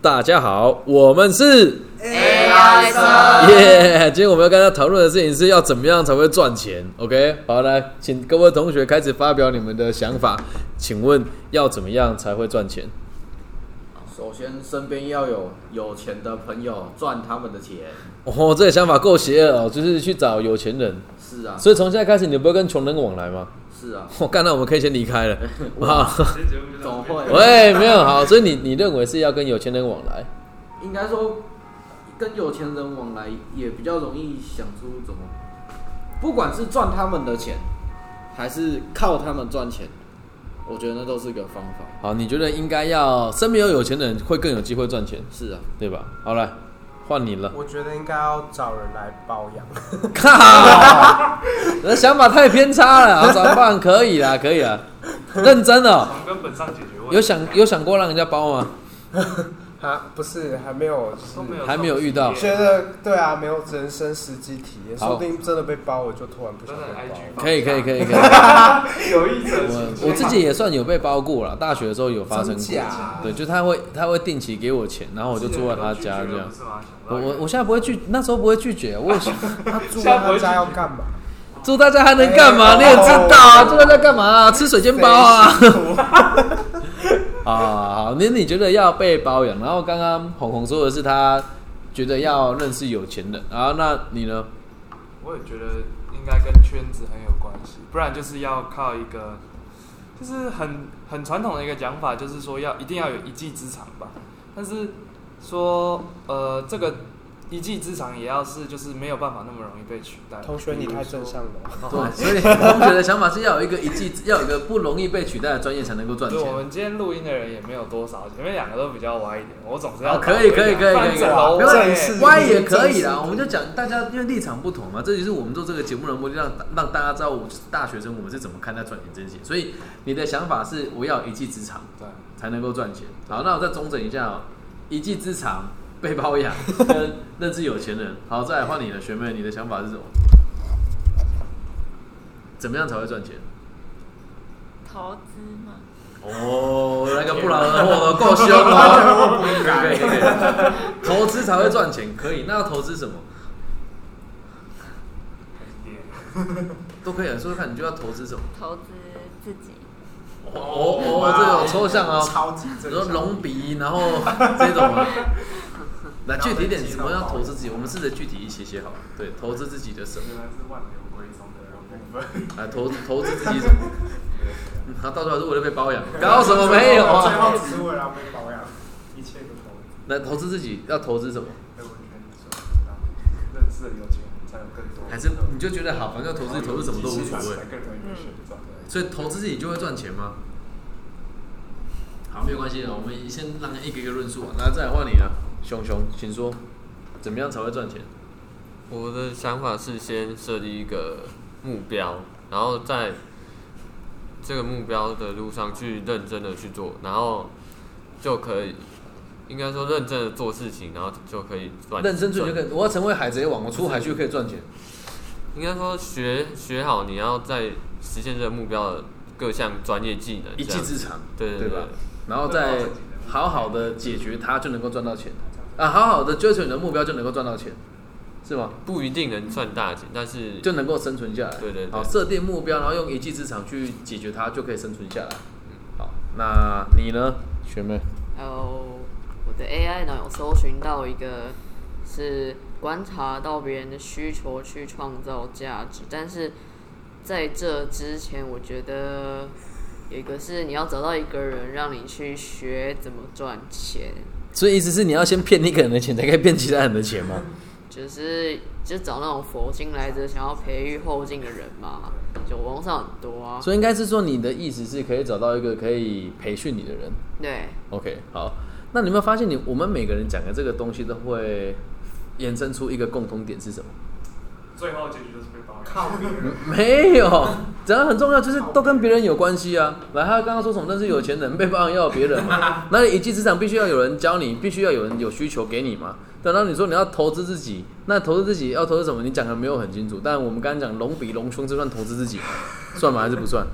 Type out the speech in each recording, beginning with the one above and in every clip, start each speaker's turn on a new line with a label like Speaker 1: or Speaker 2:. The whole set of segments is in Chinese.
Speaker 1: 大家好，我们是
Speaker 2: AI 生
Speaker 1: 耶今天我们要跟大家讨论的事情是要怎么样才会赚钱。OK，好，来，请各位同学开始发表你们的想法。请问要怎么样才会赚钱？
Speaker 2: 首先，身边要有有钱的朋友赚他们的钱。
Speaker 1: 哦，这个想法够邪恶哦，就是去找有钱人。
Speaker 2: 是啊，
Speaker 1: 所以从现在开始，你不会跟穷人往来吗？
Speaker 2: 是啊，
Speaker 1: 我、干，那我们可以先离开了。好，
Speaker 2: 怎么会？
Speaker 1: 喂，没有好，所以你你认为是要跟有钱人往来？
Speaker 2: 应该说，跟有钱人往来也比较容易想出怎么，不管是赚他们的钱，还是靠他们赚钱，我觉得那都是个方法。
Speaker 1: 好，你觉得应该要身边有有钱人会更有机会赚钱，
Speaker 2: 是啊，
Speaker 1: 对吧？好来，换你了。
Speaker 3: 我觉得应该要找人来包养，
Speaker 1: 靠，你的想法太偏差了。啊好，早饭可以啦，可以啦，认真哦。
Speaker 4: 从根本上解决问题。
Speaker 1: 有想有想过让人家包吗？
Speaker 3: 啊，不是还没有，就是
Speaker 4: 都没有，
Speaker 1: 还没有遇到
Speaker 3: 觉得对啊，没有人生实际体验，
Speaker 1: 好
Speaker 3: 说不定真的被包，我就突然不
Speaker 4: 真
Speaker 3: 想
Speaker 4: 的
Speaker 3: 被包
Speaker 4: IG
Speaker 1: 可以，可以，可
Speaker 4: 以。
Speaker 1: 以，可以。
Speaker 4: 有意者
Speaker 1: 我我自己也算有被包过了，大学的时候有发生
Speaker 3: 真
Speaker 1: 过
Speaker 3: 假。啊
Speaker 1: 对，就他会他会定期给我钱，然后我就住在他家这样。我我我现在不会拒，那时候不会拒绝，我也想
Speaker 3: 他住在他家要干嘛？
Speaker 1: 住大家还能干嘛？你也知道啊，住大家干嘛啊、吃水煎包 啊。啊，好，那你觉得要被包养？然后刚刚红红说的是他觉得要认识有钱人，然后那你呢？
Speaker 4: 我也觉得应该跟圈子很有关系，不然就是要靠一个，就是很很传统的一个讲法，就是说要一定要有一技之长吧。但是说呃，这个一技之长也要是就是没有办法那么容易被取代。
Speaker 3: 同学，你太正向了。
Speaker 4: 哦
Speaker 1: 对，所 以同学的想法是要有一个一技，要有一个不容易被取代的专业才能够赚
Speaker 4: 对，我们今天录音的人也没有多少，前面两个都比较歪一点，我总是要
Speaker 1: 好啊可以
Speaker 4: 找一个
Speaker 1: 可以可以可以
Speaker 4: 半整头
Speaker 1: 可以
Speaker 4: 歪
Speaker 3: 正式
Speaker 1: 歪也可以啦，我们就讲大家因为立场不同嘛，这就是我们做这个节目的目的，让让大家知道我们是大学生我们是怎么看待赚钱这件事情。所以你的想法是我要有一技之长，
Speaker 4: 对。
Speaker 1: 才能够赚钱。好，那我再中整一下哦，一技之长被包养 跟认识有钱人。好，再来换你的学妹，你的想法是什么？怎么样才会赚钱？
Speaker 5: 投资吗？
Speaker 1: 哦，那个不劳而获的够凶哦，不应该。 投资才会赚钱，可以。那要投资 什么？都可以啊，说说看，你就要投资什么？
Speaker 5: 投资自己，
Speaker 1: 哦哦，这种抽象哦，
Speaker 3: 超级
Speaker 1: 比
Speaker 3: 正
Speaker 1: 如说
Speaker 3: 向。
Speaker 1: 隆鼻，然后这种 啊。来具体一点，什么要投资自己？我们试着具体一些些好了。对，投资自己的什么？
Speaker 4: 原来是万流归宗的部分。
Speaker 1: 啊，投投资自己什么？嗯他 到最后还是为了被包养，搞什么没有啊？
Speaker 3: 只是为了被包养，一切都投资。
Speaker 1: 来投资自己要投资什么？
Speaker 4: 被完全知道，认识了有钱人才有更多
Speaker 1: 还是你就觉得好，反正投资投资什么都无所谓。
Speaker 4: 更容易选择。
Speaker 1: 所以投资自己就会赚钱吗？好，没有关系的，啊我们先让一个一个论述啊，那再来换你了，熊熊，请说，怎么样才会赚钱？
Speaker 6: 我的想法是先设立一个目标，然后在这个目标的路上去认真的去做，然后就可以，应该说认真的做事情，然后就可以赚。
Speaker 1: 认真做就
Speaker 6: 赚
Speaker 1: 可以，我要成为海贼王，我出海去可以赚钱。
Speaker 6: 应该说学学好，你要在实现这个目标的各项专业技能，
Speaker 1: 一技之
Speaker 6: 这样
Speaker 1: 长，
Speaker 6: 对对
Speaker 1: 对
Speaker 6: 对
Speaker 1: 吧？然后再好好的解决它，就能够赚到钱啊！好好的追求你的目标，就能够赚到钱，是吗？
Speaker 6: 不一定能赚大钱，但是
Speaker 1: 就能够生存下来。
Speaker 6: 对对对
Speaker 1: 好，设定目标，然后用一技之长去解决它，就可以生存下来。
Speaker 6: 嗯
Speaker 1: 好，那你呢，学妹？
Speaker 7: 还有我的 AI 呢有搜寻到一个是观察到别人的需求去创造价值，但是在这之前，我觉得有一个是你要找到一个人让你去学怎么赚钱，
Speaker 1: 所以意思是你要先骗一个人的钱，才可以骗其他人的钱吗？
Speaker 7: 就是就找那种佛经来着想要培育后进的人嘛，就网上很多啊，
Speaker 1: 所以应该是说你的意思是可以找到一个可以培训你的人。
Speaker 7: 对，
Speaker 1: OK，好，那你有没有发现你我们每个人讲的这个东西都会延伸出一个共通点是什么？
Speaker 4: 最后结局就是被包养。
Speaker 3: 靠别人，
Speaker 1: 没有，讲的很重要，就是都跟别人有关系啊。来，他刚刚说什么？但是有钱人被包养要有别人嘛，那你一技之长必须要有人教你，必须要有人有需求给你嘛。对，然后你说你要投资自己，那投资自己要投资什么？你讲的没有很清楚。但我们刚刚讲隆鼻隆胸，这算投资自己吗？算吗？还是不算？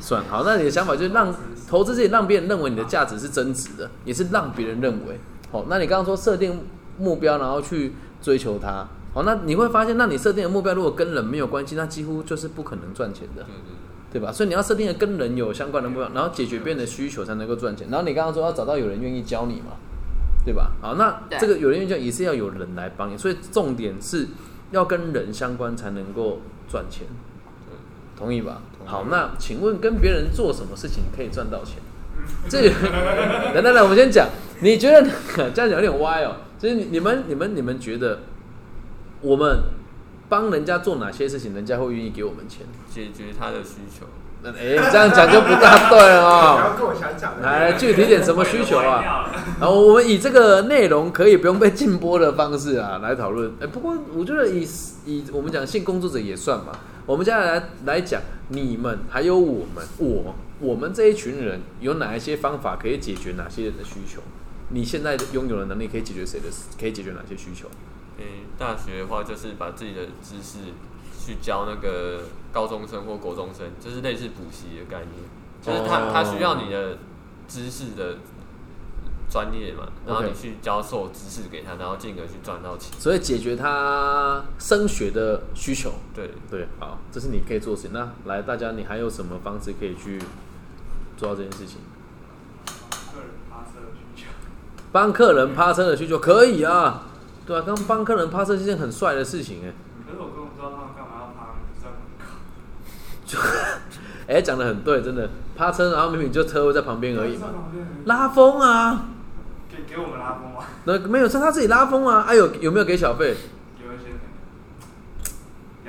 Speaker 1: 算。好，那你的想法就是让投资自己，让别人认为你的价值是增值的，也是让别人认为。好、那你刚刚说设定目标，然后去追求它，好、那你会发现，那你设定的目标如果跟人没有关系，那几乎就是不可能赚钱的
Speaker 6: 对。对
Speaker 1: 对吧？所以你要设定的跟人有相关的目标，然后解决别人的需求才能够赚钱。然后你刚刚说要找到有人愿意教你嘛，对吧？好，那
Speaker 7: 对
Speaker 1: 这个有人愿意教也是要有人来帮你，所以重点是要跟人相关才能够赚钱，同意吧？
Speaker 6: 同意
Speaker 1: 好，那请问跟别人做什么事情可以赚到钱？这有，来来来，我们先讲，你觉得这样讲有点歪哦，就是你你们你们你们觉得我们帮人家做哪些事情，人家会愿意给我们钱？
Speaker 6: 解决他的需求。
Speaker 1: 那哎、这样讲就不大对了
Speaker 3: 不
Speaker 1: 哦。
Speaker 3: 要跟我想讲的。
Speaker 1: 来，具体点什么需求啊？然后我们以这个内容可以不用被禁播的方式啊来讨论。哎、不过我觉得以以我们讲性工作者也算嘛。我们接下来来讲你们还有我们我我们这一群人有哪一些方法可以解决哪些人的需求？你现在拥有的能力可以解决谁的？可以解决哪些需求？
Speaker 6: 诶、大学的话就是把自己的知识去教那个高中生或国中生，就是类似补习的概念，就是他、
Speaker 1: 哦
Speaker 6: 他需要你的知识的专业嘛，然后你去教授知识给他，然后进而去赚到钱。
Speaker 1: 所以解决他升学的需求。
Speaker 6: 对，
Speaker 1: 对，好，这是你可以做的事情。那来，大家你还有什么方式可以去做到这件事情？
Speaker 4: 个人发射的需求。
Speaker 1: 帮客人趴车的需求可以啊，对啊，刚帮客人趴车是件很帅的事情哎、
Speaker 4: 可是我根本不知道他们干嘛要爬你知道吗
Speaker 1: 哎、讲的很对，真的趴车，然后明明就车位在旁边而已嘛，
Speaker 4: 那
Speaker 1: 拉风啊，
Speaker 4: 给给我们拉风吗？
Speaker 1: 那没有是他自己拉风啊，哎、有有没有给小费？
Speaker 4: 有一些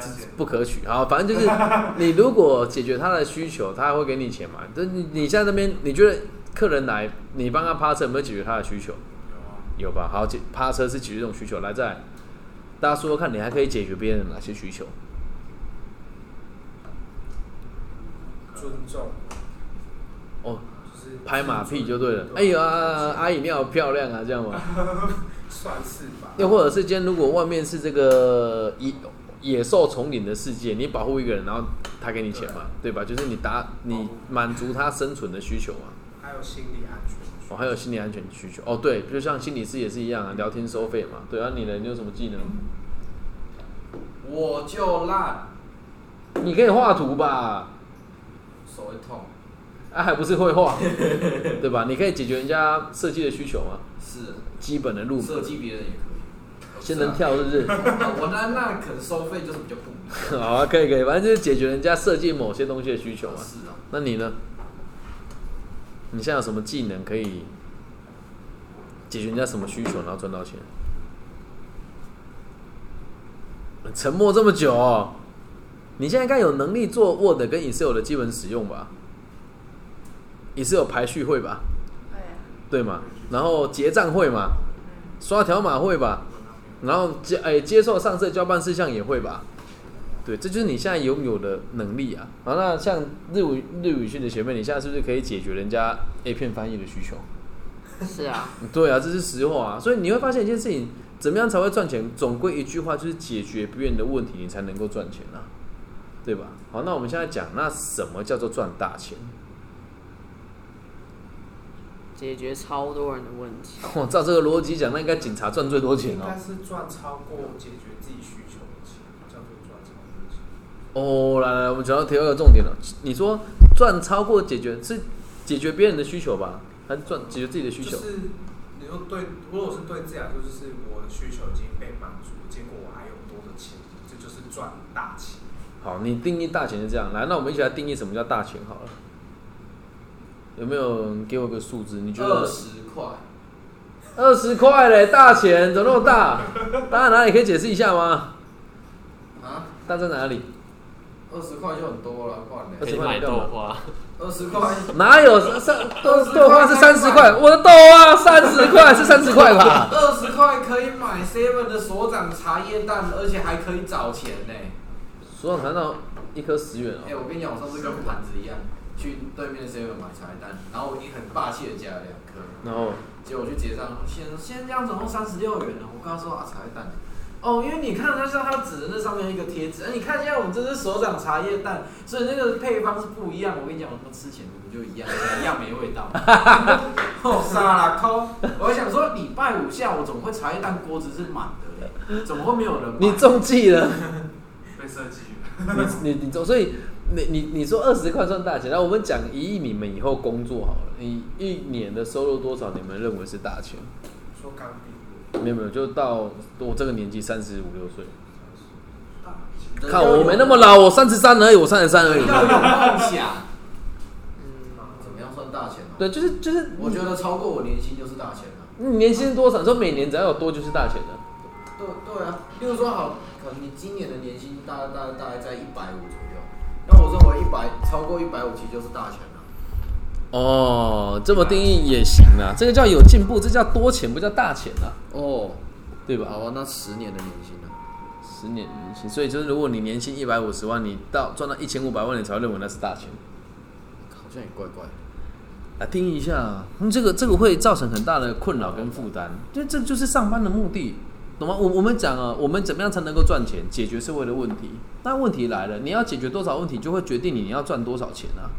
Speaker 4: 了解。
Speaker 1: 不可取。好，反正就是你如果解决他的需求，他会给你钱嘛。就是你你现在那边，你觉得客人来，你帮他趴车有没有解决他的需求？有吧？好，解趴车是解决这种需求。来，再来大家说说看，你还可以解决别人的哪些需求？
Speaker 3: 尊重，
Speaker 1: 哦，
Speaker 3: 就是
Speaker 1: 拍马屁就对了。哎
Speaker 3: 对
Speaker 1: 呀、阿姨你好漂亮啊，这样吗？
Speaker 3: 算是吧。
Speaker 1: 又或者是今天如果外面是这个野野兽丛林的世界，你保护一个人，然后他给你钱嘛，对吧？就是你达你满足他生存的需求嘛。
Speaker 3: 还有心理安全。
Speaker 1: 哦，还有心理安全需求。哦，对，就像心理师也是一样啊，聊天收费嘛。对啊，你呢？你有什么技能？
Speaker 2: 我就烂，
Speaker 1: 你可以画图吧？
Speaker 2: 手会痛，
Speaker 1: 啊，还不是会画， 对吧？你可以解决人家设计的需求嘛，
Speaker 2: 是啊
Speaker 1: 基本的入
Speaker 2: 设
Speaker 1: 门，
Speaker 2: 计别人也可以，
Speaker 1: 先能跳是不是？
Speaker 2: 啊。我那那可能收费就是比较不一 样
Speaker 1: 好啊，可以可以，反正就是解决人家设计某些东西的需求嘛。
Speaker 2: 是啊，
Speaker 1: 那你呢？你现在有什么技能可以解决人家什么需求，然后赚到钱？沉默这么久、哦，你现在应该有能力做 Word 跟 Excel 的基本使用吧？Excel 排序会吧，
Speaker 5: 会啊，
Speaker 1: 对吗？然后结账会嘛，刷条码会吧，然后接哎、接受上色交办事项也会吧？对，这就是你现在拥有的能力啊。好，那像日语日语系的学妹，你现在是不是可以解决人家 A 片翻译的需求？
Speaker 7: 是啊，
Speaker 1: 对啊，这是实话啊。所以你会发现一件事情，怎么样才会赚钱？总归一句话，就是解决别人的问题，你才能够赚钱啊，对吧？好，那我们现在讲，那什么叫做赚大钱？
Speaker 7: 解决超多人的问题。
Speaker 1: 我照这个逻辑讲，那应该警察赚最多钱
Speaker 3: 应
Speaker 1: 哦。
Speaker 3: 该是赚超过解决自己需求的钱，叫做赚超过钱。
Speaker 1: 哦，来来，我们讲到第二个重点了。你说赚超过解决是解决别人的需求吧，还是赚解决自己的需求？
Speaker 3: 就是你说对，如果是对自己来说，就是我的需求已经被满足，结果我还有多的钱，这就是赚大钱。
Speaker 1: 好，你定义大钱是这样。来，那我们一起来定义什么叫大钱好了。有没有你给我个数字？你觉
Speaker 2: 二
Speaker 1: 得
Speaker 2: 十块，
Speaker 1: 二十块嘞，大钱怎么那么大？大在哪里可以解释一下吗？
Speaker 2: 啊，
Speaker 1: 大在哪里？
Speaker 2: 二十块就很多了，换
Speaker 1: 二
Speaker 2: 嘞，
Speaker 1: 十
Speaker 6: 可以
Speaker 1: 块
Speaker 6: 买
Speaker 1: 你干
Speaker 6: 豆
Speaker 1: 嘛
Speaker 6: 花，
Speaker 2: 二十块，
Speaker 1: 哪有三豆
Speaker 2: 20块
Speaker 1: 豆花是三十块？我的豆花三十块是三十块 吧？
Speaker 2: 二十块可以买 seven 的所长茶叶蛋，而且还可以找钱呢。
Speaker 1: 所长谈到一颗十元哦
Speaker 2: 哎、。我跟你讲，我上次跟盘子一样，去对面的 seven 买茶叶蛋，然后我已经很霸气的加了两颗，
Speaker 1: 然后
Speaker 2: 结果我去结账，先先这样总共三十六元了。我跟他说啊，茶叶蛋，哦，因为你看，那像它指的那上面一个贴纸，哎，你看现在我们这是手掌茶叶蛋，所以那个配方是不一样。我跟你讲，我他妈吃起来我们就一样，一样没味道。 哦，沙拉抠！我想说，礼拜五下午怎么会茶叶蛋锅子是满的嘞？怎么会没有人买？
Speaker 1: 你中计了，
Speaker 4: 被设计
Speaker 1: 你你你中，所以你你你说二十块算大钱，那我们讲一亿，你们以后工作好了，你一年的收入多少，你们认为是大钱？
Speaker 3: 说刚毕业，
Speaker 1: 没有没有，就到我这个年纪三十五六岁，
Speaker 3: 大
Speaker 1: 看我没那么老，我三十三而已，我三十三而已。
Speaker 2: 嗯要有梦想。
Speaker 7: 嗯，
Speaker 2: 怎么样算大钱呢、
Speaker 1: 对，就是就是，
Speaker 2: 我觉得超过我年薪就是大钱了、
Speaker 1: 你年薪多少，你说每年只要有多就是大钱的。
Speaker 2: 对对啊，例如说好，可能你今年的年薪大概大概大概在一百五左右，那我认为一百超过一百五其实就是大钱了、
Speaker 1: 哦，这么定义也行啊，这个叫有进步，这叫多钱，不叫大钱啊，
Speaker 2: 哦，
Speaker 1: 对吧？
Speaker 2: 好啊，那十年的年薪呢、
Speaker 1: 十年年薪，所以就是如果你年薪一百五十万，你到赚到一千五百万，你才会认为那是大钱。
Speaker 2: 好像也怪怪的。
Speaker 1: 来定义一下啊，嗯、这个这个会造成很大的困扰跟负担，就这就是上班的目的，懂吗？我我们讲啊，我们怎么样才能够赚钱，解决社会的问题？那问题来了，你要解决多少问题，就会决定你要赚多少钱啊，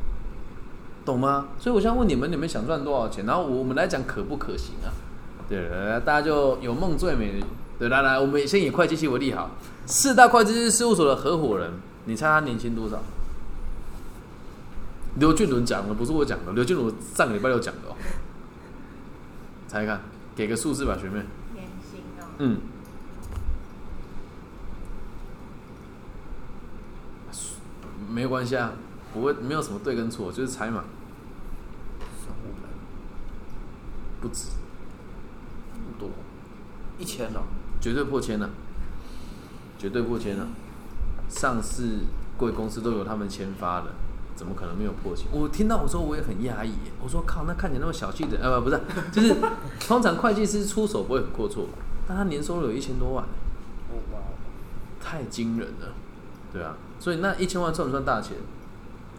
Speaker 1: 懂吗？所以我想问你们，你们想赚多少钱？然后我们来讲可不可行啊？对，来大家就有梦最美。对，来来，我们先以会计系为例好，四大会计师事务所的合伙人，你猜他年薪多少？刘俊伦讲的，不是我讲的。刘俊伦上个礼拜六讲的哦。猜一看，给个数字吧，学妹。
Speaker 5: 年薪哦，
Speaker 1: 嗯。没关系啊，不会没有什么对跟错，就是猜嘛。
Speaker 2: 三五百，
Speaker 1: 不止，
Speaker 2: 那么多，一千哦了、
Speaker 1: 绝对破千了、啊绝对破千了、上市贵公司都有他们签发的，怎么可能没有破千？我听到我说我也很讶异耶，我说靠，那看起来那么小气的，呃，不是，就是通常会计师出手不会很阔绰，但他年收入有一千多万耶，
Speaker 3: 哇，
Speaker 1: 太惊人了，对啊，所以那一千万算不算大钱？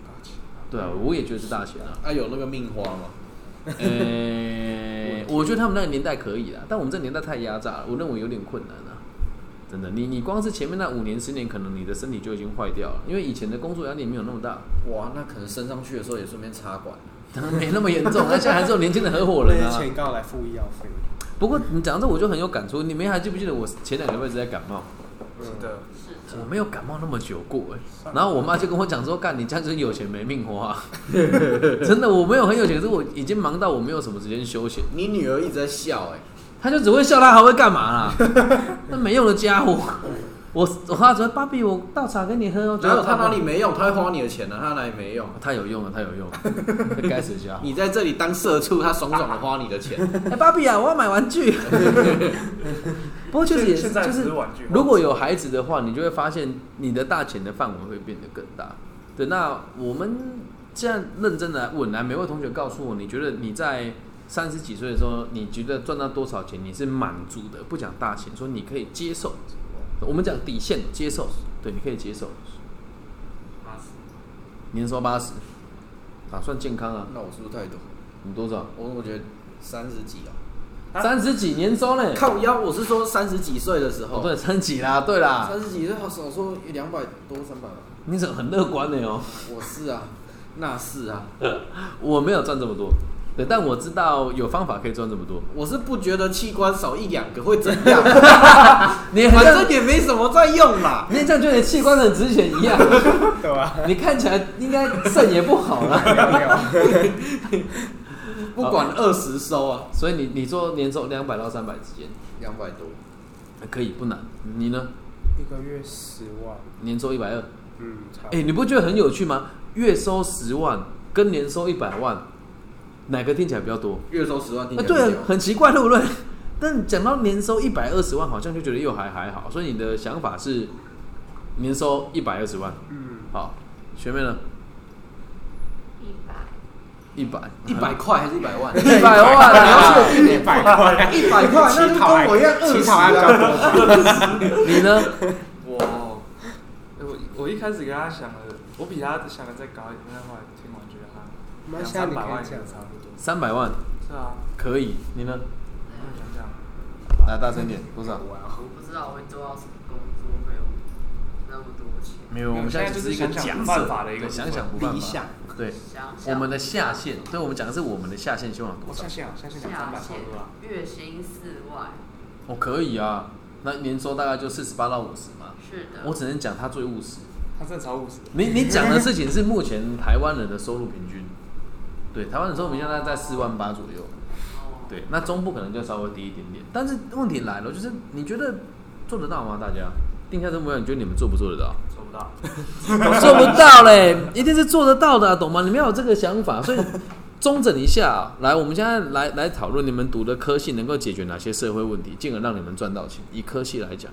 Speaker 3: 大钱，
Speaker 1: 对啊，我也觉得是大钱啊。
Speaker 2: 啊，有那个命花吗？
Speaker 1: 呃、我觉得他们那个年代可以啦，但我们这年代太压榨了，我认为有点困难啊。真的，你你光是前面那五年十年，可能你的身体就已经坏掉了，因为以前的工作压力没有那么大，
Speaker 2: 哇，那可能升上去的时候也顺便插管。
Speaker 1: 当然没那么严重。那现在还是有年轻的合伙人
Speaker 8: 那
Speaker 1: 啊
Speaker 8: 些。钱刚好来付医药费。
Speaker 1: 不过你讲到这，我就很有感触。你们还记不记得我前两个月一直在感冒？
Speaker 4: 是的，
Speaker 1: 我没有感冒那么久过哎、然后我妈就跟我讲说：“干，你这样就是有钱没命花、啊 真的，我没有很有钱，可是我已经忙到我没有什么时间休闲。
Speaker 2: 你女儿一直在笑、哎，
Speaker 1: 他就只会笑，他还会干嘛啦？ 那没用的家伙！我我他只会芭比，我倒茶给你喝哦。
Speaker 2: 哪有她哪里？没用？她会花你的钱呢、啊，她哪里没用？
Speaker 1: 他有用啊，他有用啊！该死的家伙！
Speaker 2: 你在这里当社畜，她爽爽的花你的钱。
Speaker 1: 哎，芭比啊，我要买玩具。不过确实也是，
Speaker 4: 现在
Speaker 1: 就
Speaker 4: 只
Speaker 1: 是
Speaker 4: 是玩具
Speaker 1: 如果有孩子的话，你就会发现你的大钱的范围会变得更大。对，那我们这样认真地来问，来每位同学告诉我，你觉得你在三十几岁的时候，你觉得赚到多少钱你是满足的？不讲大钱，说你可以接受。我们讲底线，接受，对，你可以接受。
Speaker 6: 八十
Speaker 1: 年收八十，打算健康啊？
Speaker 2: 那我是不是太多？
Speaker 1: 你多少？
Speaker 2: 我我觉得三十 几啊，
Speaker 1: 三十几年收呢？
Speaker 2: 靠腰，我是说三十几岁的时
Speaker 1: 哦，
Speaker 2: 候，
Speaker 1: 对，三十几啦，对啦，
Speaker 2: 三十几岁好少说两百多三百吧，
Speaker 1: 你怎么很乐观的哦？
Speaker 2: 我是啊，那是啊，
Speaker 1: 我没有赚这么多，对，但我知道有方法可以赚这么多。
Speaker 2: 我是不觉得器官少一两个会怎 样，哎
Speaker 1: 你好
Speaker 2: 反
Speaker 1: 像
Speaker 2: 正也没什么在用啦。
Speaker 1: 你好像觉得你器官很值钱一样，
Speaker 8: 对吧？
Speaker 1: 你看起来应该肾也不好
Speaker 8: 没
Speaker 1: 啦。
Speaker 8: 有没有，
Speaker 2: 不管二十收啊，
Speaker 1: 所以你你说年收两百到三百之间，
Speaker 2: 两百多，
Speaker 1: 可以不难。你呢？
Speaker 8: 一个月十万，
Speaker 1: 年收一百二，
Speaker 8: 嗯，差不
Speaker 1: 哎，
Speaker 8: 多。
Speaker 1: 你不觉得很有趣吗？月收十万跟年收一百万，哪个听起来比较多？
Speaker 2: 月收十万听
Speaker 1: 啊，
Speaker 2: 起来
Speaker 1: 对
Speaker 2: 不
Speaker 1: 啊，
Speaker 2: 小
Speaker 1: 很奇怪，对不对？ 但讲到年收一百二十万，好像就觉得又还还好，所以你的想法是年收一百二十万，
Speaker 8: 嗯，
Speaker 1: 好，学妹呢？
Speaker 5: 一百，
Speaker 1: 一百，
Speaker 2: 一百块还啊 是一百万？
Speaker 1: 一百万啊！
Speaker 8: 一百块，
Speaker 2: 一百块，那就跟我一样二
Speaker 8: 乞
Speaker 2: 十
Speaker 8: 讨还比较
Speaker 2: 啊。
Speaker 8: 多吧？
Speaker 1: 你呢？
Speaker 4: 我我我一开始跟他想的，我比他想的再高一点，但后来听完觉得他
Speaker 8: 那
Speaker 4: 两
Speaker 8: 现在
Speaker 4: 三
Speaker 8: 你
Speaker 4: 百
Speaker 8: 可
Speaker 4: 万
Speaker 8: 以
Speaker 4: 也
Speaker 8: 讲
Speaker 4: 差不多。
Speaker 1: 三百万
Speaker 4: 是啊，
Speaker 1: 可以，你呢？
Speaker 4: 我想想，
Speaker 2: 来大声一点，多少？
Speaker 7: 哎我不知道我会做到什么工作会有那么多钱。
Speaker 1: 没有，我们现在只是一个假
Speaker 4: 想
Speaker 1: 设
Speaker 4: 办法的一个
Speaker 1: 对想想不
Speaker 2: 嗯
Speaker 1: 办法。
Speaker 8: 理想，
Speaker 1: 对，
Speaker 7: 想想
Speaker 1: 我们的下限，对我们讲的是我们的下限希望有
Speaker 8: 我
Speaker 1: 多少
Speaker 8: 下？线啊，下线两三
Speaker 7: 下
Speaker 8: 百差
Speaker 7: 限
Speaker 8: 不多啊。
Speaker 7: 月薪四万，
Speaker 1: 哦，可以啊，那年收大概就四十八到五十嘛。
Speaker 7: 是的。
Speaker 1: 我只能讲他最务实。
Speaker 4: 他真的超务实。
Speaker 1: 你你讲的事情是目前台湾人的收入平均，对，台湾人收入平均大概在四万八左右。
Speaker 7: 哦
Speaker 1: 对，那中部可能就稍微低一点点。但是问题来了，就是你觉得做得到吗？大家定下这目标，你觉得你们做不做得到？哦
Speaker 4: 做不到，
Speaker 1: 做不到嘞，一定是做得到的啊、懂吗？你们要有这个想法，所以中整一下啊、来，我们现在来来讨论你们读的科系能够解决哪些社会问题，进而让你们赚到钱。以科系来讲，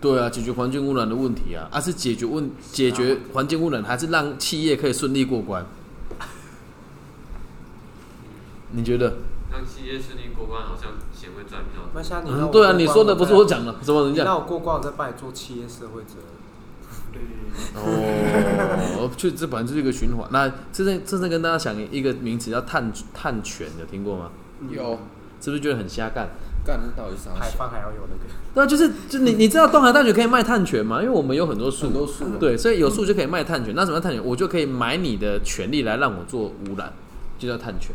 Speaker 1: 对啊，解决环境污染的问题啊，啊是解决问解决环境污染，还是让企业可以顺利过关？ 你觉得？
Speaker 6: 让企业顺利过关，好像钱会赚比较
Speaker 8: 那
Speaker 6: 多。
Speaker 8: 像你让
Speaker 1: 嗯
Speaker 8: 我
Speaker 1: 对啊，
Speaker 8: 过
Speaker 1: 你
Speaker 8: 关
Speaker 1: 说的不是我，讲的，怎么
Speaker 8: 我
Speaker 1: 人
Speaker 8: 再
Speaker 1: 家
Speaker 8: 让我过关，我再帮你做企业社会责任。
Speaker 4: 对 对对对，
Speaker 1: 哦，就这本来就是一个循环。那真正真正跟大家讲一个名词叫碳碳权，有听过吗？
Speaker 2: 有，
Speaker 1: 是不是觉得很瞎干？
Speaker 2: 干这到底啥
Speaker 8: 排
Speaker 2: 小？
Speaker 8: 放还要有 那个，
Speaker 1: 对啊，就是就你你知道东海大学可以卖碳权吗？因为我们有很多树，
Speaker 2: 很多树啊
Speaker 1: 对，所以有树就可以卖碳权。那什么叫碳权？我就可以买你的权利来让我做污染，就叫碳权。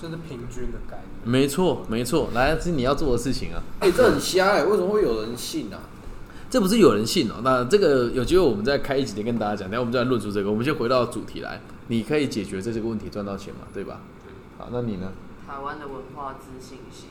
Speaker 8: 就是平均的概念。
Speaker 1: 没错，没错，来，这是你要做的事情啊。
Speaker 2: 哎、这很瞎哎、为什么会有人信啊？
Speaker 1: 这不是有人信哦。那这个有机会我们再开一集跟大家讲，然后我们再来论述这个。我们先回到主题来，你可以解决这些问题赚到钱嘛，对吧？好，那你呢？
Speaker 7: 台湾的文化自信心，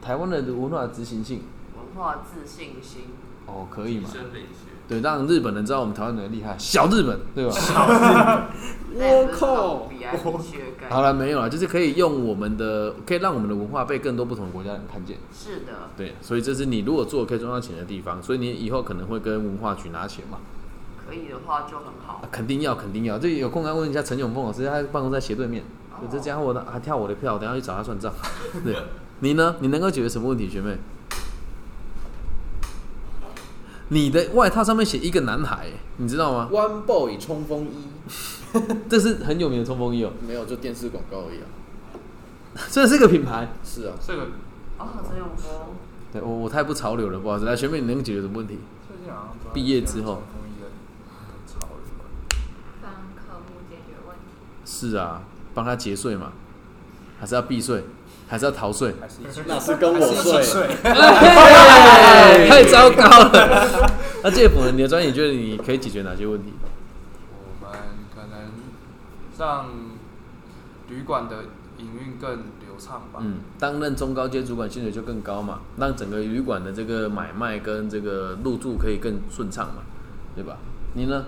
Speaker 1: 台湾的文化执行性
Speaker 7: 文化自信心，
Speaker 1: 哦，可以嘛？
Speaker 6: 生美学，
Speaker 1: 对，让日本人知道我们台湾人的厉害，小日本，对吧？
Speaker 7: 我靠，比来比去的概
Speaker 1: 好
Speaker 7: 念。
Speaker 1: 了，没有了，就是可以用我们的，可以让我们的文化被更多不同的国家人看见。
Speaker 7: 是的，
Speaker 1: 对，所以这是你如果做可以赚到钱的地方，所以你以后可能会跟文化局拿钱嘛，
Speaker 7: 可以的话就很好
Speaker 1: 啊。肯定要，肯定要。这有空来问一下陈永凤老师，他办公室在斜对面，对这家伙呢还跳我的票，我等一下去找他算账。对，你呢？你能够解决什么问题，学妹？你的外套上面写一个男孩，你知道吗？
Speaker 2: One Boy 冲锋衣
Speaker 1: 这是很有名的冲锋衣哦，
Speaker 2: 没有，就电视广告而已啊。
Speaker 1: 这是个品牌。
Speaker 2: 是啊，
Speaker 4: 这个
Speaker 7: 哦，曾永峰，
Speaker 1: 对我我太不潮流了，不好意思。来，学妹，你能解决什么问题？
Speaker 4: 最近好像不知道
Speaker 1: 毕业之后
Speaker 4: 有没有什么公益的潮流吧
Speaker 5: 帮客户解决问题，
Speaker 1: 是啊，帮他节税嘛，还是要避税，还是要逃税？
Speaker 8: 还是一起
Speaker 2: 那啊嗯是跟我
Speaker 8: 还是一
Speaker 2: 睡。
Speaker 8: 起
Speaker 1: 哎太糟糕了。 那介普呢，你的专业你觉得你可以解决哪些问题？
Speaker 4: 我们可能让旅馆的营运更流畅吧。
Speaker 1: 嗯，担任中高阶主管薪水就更高嘛，让整个旅馆的这个买卖跟这个入住可以更顺畅嘛，对吧？你呢？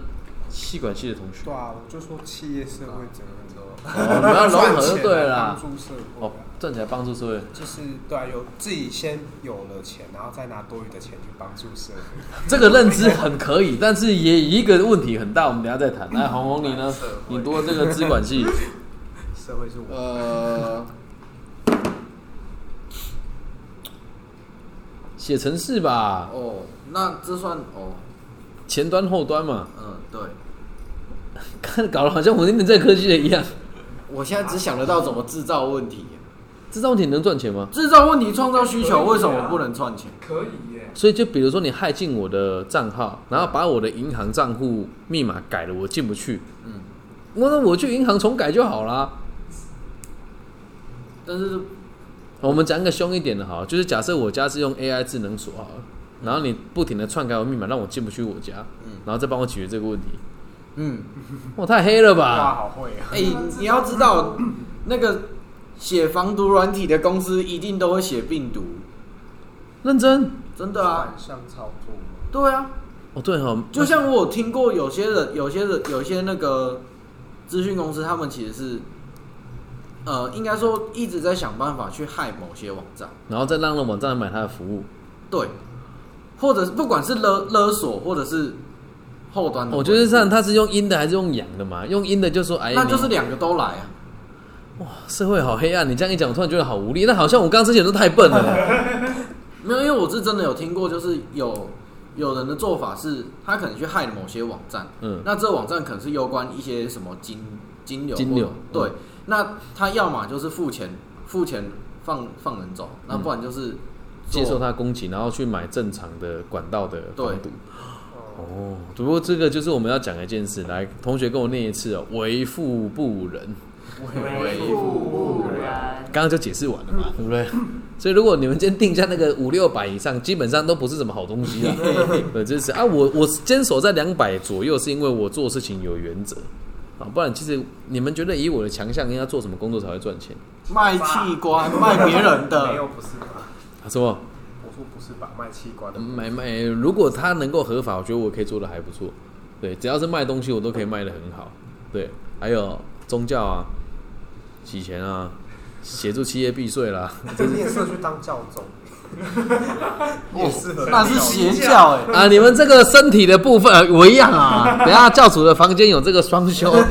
Speaker 1: 气管系的同学
Speaker 8: 对，啊，我就说企业社会责任之后，
Speaker 1: 哦，你要融合
Speaker 8: 赚
Speaker 1: 就
Speaker 8: 钱
Speaker 1: 对
Speaker 8: 啊
Speaker 1: 啦。
Speaker 8: 帮助社会
Speaker 1: 哦
Speaker 8: 啊。，
Speaker 1: 赚起来帮助社会，
Speaker 8: 就是对啊，有自己先有了钱，然后再拿多余的钱去帮助社会。
Speaker 1: 这个认知很可以，但是也一个问题很大，我们等一下再谈。来，红红你呢
Speaker 4: 社会？
Speaker 1: 你读了这个资管 系，
Speaker 8: 社会是我
Speaker 2: 呃，
Speaker 1: 写程式吧，
Speaker 2: 哦，那这算哦，
Speaker 1: 前端后端嘛，
Speaker 2: 嗯，对，
Speaker 1: 看搞得好像我念的这科系的一样。
Speaker 2: 我现在只想得到怎么制造问题，啊
Speaker 1: 制造问题能赚钱吗？
Speaker 2: 制造问题创造需
Speaker 1: 啊
Speaker 2: 求，为什么不能赚钱？
Speaker 4: 可以耶，
Speaker 1: 所以就比如说你害进我的账号，然后把我的银行账户密码改了，我进不去，
Speaker 2: 嗯，
Speaker 1: 那那我去银行重改就好啦。
Speaker 2: 但是
Speaker 1: 我们讲一个凶一点的哈，就是假设我家是用 AI 智能锁好了，然后你不停的篡改我密码，让我进不去我家，
Speaker 2: 嗯
Speaker 1: 然后再帮我解决这个问题，
Speaker 2: 嗯，
Speaker 1: 哇，太黑了
Speaker 8: 大家
Speaker 1: 吧？
Speaker 8: 好会啊，
Speaker 2: 哎、你要知道，那个写防毒软体的公司一定都会写病毒，
Speaker 1: 认真
Speaker 2: 真的啊
Speaker 8: 反，向操作吗？
Speaker 2: 对啊，
Speaker 1: 哦，对哈、
Speaker 2: 就像我有听过有些人、有些人、有些那个资讯公司，他们其实是，呃，应该说一直在想办法去害某些网站，
Speaker 1: 然后再让人网站买他的服务，
Speaker 2: 对，或者是不管是勒勒索，或者是后端的，
Speaker 1: 我觉得上，哦他是用阴的还是用阳的嘛？用阴的就说哎，
Speaker 2: 那就是
Speaker 1: 你
Speaker 2: 两个都来啊，
Speaker 1: 社会好黑暗。你这样一讲，我突然觉得好无力。那好像我刚之前都太笨 了。
Speaker 2: 没有，因为我是真的有听过，就是有有人的做法是，他可能去害某些网站，
Speaker 1: 嗯
Speaker 2: 那这网站可能是有关一些什么金金流或，
Speaker 1: 金流
Speaker 2: 对
Speaker 1: 嗯，
Speaker 2: 那他要么就是付钱，付钱放放人走，那不然就是做
Speaker 1: 嗯接受它供给，然后去买正常的管道的
Speaker 2: 对
Speaker 1: 防堵。哦，只不过这个就是我们要讲一件事，来，同学跟我念一次哦，为富不仁。
Speaker 4: 为
Speaker 7: 不
Speaker 8: 啊
Speaker 7: 然
Speaker 1: 刚刚就解释完了嘛，嗯对不对？所以如果你们今天定价那个五六百以上，基本上都不是什么好东西 啊。对，这是啊，我我坚守在两百左右，是因为我做事情有原则啊，不然其实你们觉得以我的强项，应该做什么工作才会赚钱？
Speaker 2: 卖器 官、卖别人
Speaker 3: 没
Speaker 2: 的
Speaker 3: 有，不是吧？
Speaker 1: 啊，什么？
Speaker 3: 我说不是把卖器官的，
Speaker 1: 买卖，如果他能够合法，我觉得我可以做的还不错。对，只要是卖东西，我都可以卖的很好。对，还有宗教啊，洗钱啊，协助企业避税啦。
Speaker 8: 你也适合去当教宗，你也适合。
Speaker 2: 那是邪教哎、
Speaker 1: 啊，你们这个身体的部分，呃我一样啊。等一下教主的房间有这个双修，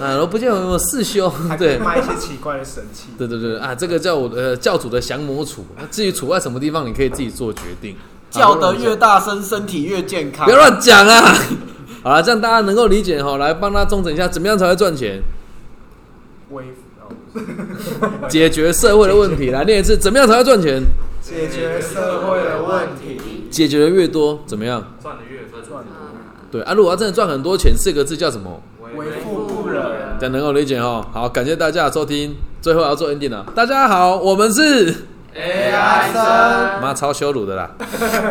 Speaker 1: 啊，我不见有没有四修
Speaker 8: 还，可以
Speaker 1: 对。
Speaker 8: 卖一些奇怪的神器。
Speaker 1: 对对对啊，这个叫我呃教主的降魔杵，那至于杵在什么地方，你可以自己做决定。
Speaker 2: 叫得越大声，身体越健康。
Speaker 1: 不要乱讲啊！好了，这样大家能够理解哈，来帮他中整一下，怎么样才会赚钱？
Speaker 8: 微哦
Speaker 1: 解决社会的问题，来念一次，怎么样才会赚钱？
Speaker 8: 解决社会的问题，
Speaker 7: 题
Speaker 1: 解决的越多，怎么样？
Speaker 4: 赚的越赚，
Speaker 1: 对啊，如果要真的赚很多钱，四个字叫什么？
Speaker 8: 为富不仁。
Speaker 1: 这样能够理解哦。好，感谢大家的收听，最后要做 ending 了。大家好，我们是
Speaker 8: AI 生。
Speaker 1: 妈超羞辱的啦。